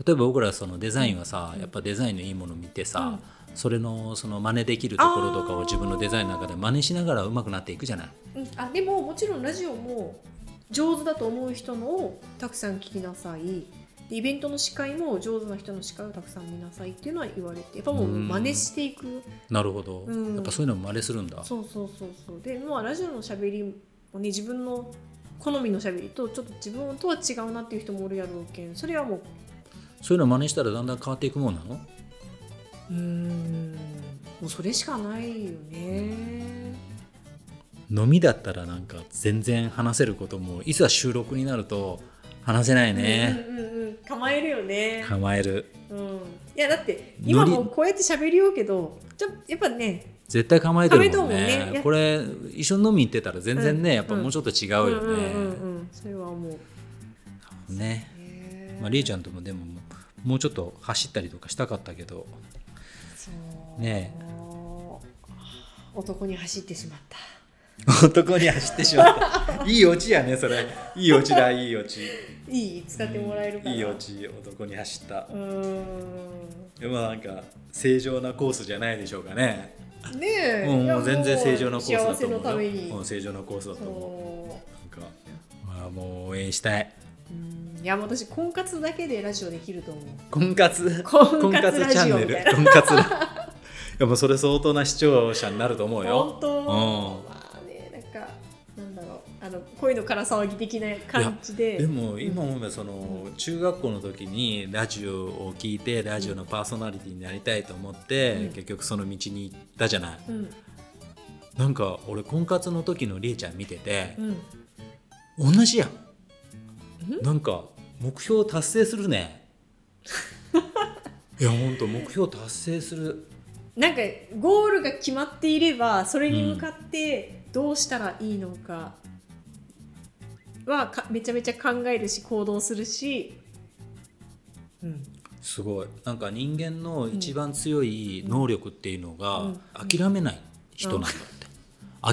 A: 例えば僕らそのデザインはさ、
B: うん
A: やっぱデザインのいいもの見てさ、それのその真似できるところとかを
B: あー
A: 自分のデザインの中で真似しながら上手くなっていくじゃない。
B: うんあでももちろんラジオも上手だと思う人のをたくさん聞きなさいでイベントの司会も上手な人の司会をたくさん見なさいっていうのは言われてやっぱもう真似していく。
A: なるほど、
B: うん
A: やっぱそういうのも真似するんだ。
B: そうそうそうそうでまあラジオのしゃべりもね自分の好みのしゃべりとちょっと自分とは違うなっていう人もおるやろうけんそれはもう
A: そういうの真似したらだんだん変わっていくもんなの
B: うーんもうそれしかないよね
A: 飲みだったらなんか全然話せることもいざ収録になると話せないね。
B: うんうんうん構えるよね。
A: 構える
B: うん、いやだって今
A: ノリ
B: もこうやって喋りようけどちょやっぱね
A: 絶対構えてるもん
B: 構えてる
A: ね
B: もんね
A: これ一緒に飲み行ってたら全然ね、
B: うん
A: やっぱもうちょっと違う
B: うん
A: よ
B: うん
A: ね、
B: うんうんそれは思う。
A: ね、
B: ね
A: まあ、りえちゃんともでももうちょっと走ったりとかしたかったけど
B: そう
A: ね
B: 男に走ってしまった。
A: 男に走ってしまったいいオチやねそれいいオチだいいオチ
B: いい使ってもらえるかな。
A: いいオチ男に走った
B: うー
A: でもなんか正常なコースじゃないでしょうかね
B: ん。ねえ。
A: うん
B: いや
A: もう全然正常なコースだ
B: 幸
A: と
B: せ
A: 思
B: の
A: う
B: ため
A: よ
B: に。
A: うん正常なコースだと思
B: そう。
A: なんかまあもう応援したいう
B: うん。いや私婚活だけでラジオできると思う。
A: 婚活
B: 婚活ラ
A: チ
B: ジ
A: ャ
B: オ
A: ンネ
B: みたい
A: ル
B: な。
A: 婚活だいやもうそれ相当な視聴者になると思う
B: 本
A: よ
B: 当。
A: うん
B: まあねなんかなんだろうあの恋のから騒ぎ的な感じで。
A: でも今思えばその中学校の時にラジオを聞いてラジオのパーソナリティになりたいと思って、
B: うん
A: 結局その道に行ったじゃない、
B: うん
A: なんか俺婚活の時のりえちゃん見てて
B: う、ん。
A: 同じやん
B: ん
A: なんか目標達成するねいやほんと目標達成する
B: なんかゴールが決まっていればそれに向かってどうしたらいいのかはかめちゃめちゃ考えるし行動するし、うん、
A: すごいなんか人間の一番強い能力っていうのが、諦めない人なんだっ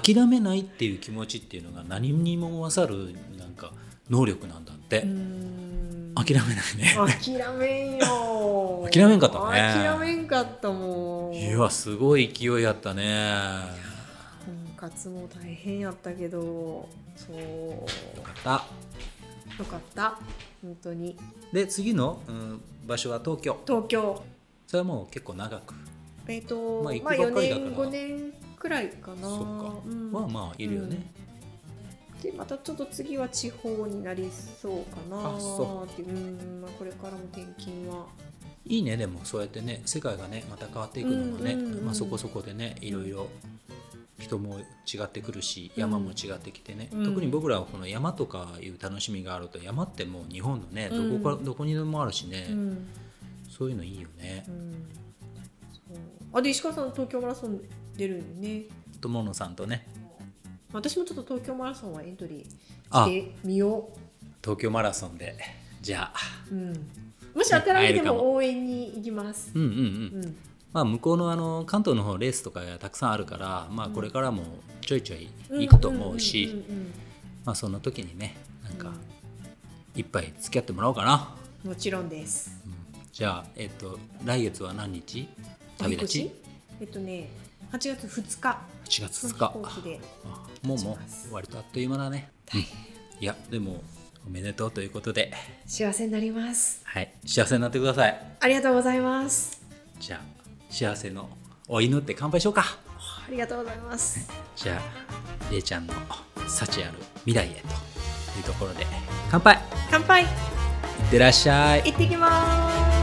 A: て、諦めないっていう気持ちっていうのが何にも勝るなんか能力なんだって、
B: うーん
A: 諦めないね
B: 諦めんよ
A: 諦めんかったね
B: 諦めんかったもん
A: いやすごい勢いやったね
B: 婚活も大変やったけどそう
A: よかった
B: よかった本当に
A: で次の、うん、場所は東京
B: 東京
A: それはもう結構長く
B: えっ、と、
A: まあ
B: まあ、
A: 行くばっかり
B: 4
A: だから
B: 年5年くらいかな
A: そっか、
B: うん
A: まあまあいるよね、
B: でまたちょっと次は地方になりそうかな
A: あそ
B: ってうん、まあ、これからも転勤はい
A: いねでもそうやってね世界がねまた変わっていくのもね、
B: うんうんうん
A: まあ、そこそこでねいろいろ人も違ってくるし
B: うん
A: 山も違ってきてね、
B: うん
A: 特に僕らはこの山とかいう楽しみがあると山ってもう日本のねどこか、
B: うん
A: どこにでもあるしね、
B: うん、
A: そういうのいいよね
B: う。ん、そうあで石川さん東京マラソン出るよね
A: 友野さんとね
B: 私もちょっと東京マラソンはエントリー
A: あ
B: してみよ
A: 東京マラソンでじゃあ
B: う、うん、もし当たらなくて
A: 会えるか
B: も応援に行きます、
A: うんうんうん、
B: うん、
A: まあ向こうのあの関東の方レースとかがたくさんあるから、まあ、これからもちょいちょい行くと思うし。
B: んんん
A: まあその時にねなん
B: う
A: か
B: ん
A: 一杯付き合ってもらおうかな、
B: うんもちろんです
A: うんじゃあえっと来月は何日旅立ち
B: お引っ越えっとね8月2日
A: 8月
B: の
A: 2
B: 飛
A: 日
B: 行機で
A: あもうも
B: します
A: う割とあっという間だね、うんいやでもおめでとうということで
B: 幸せになります
A: はい幸せになってください
B: ありがとうございます
A: じゃあ幸せのお祈って乾杯しようか
B: ありがとうございます。
A: じゃあれいちゃんの幸ある未来へというところで乾杯い
B: 乾杯、
A: ってらっしゃい
B: 行ってきます。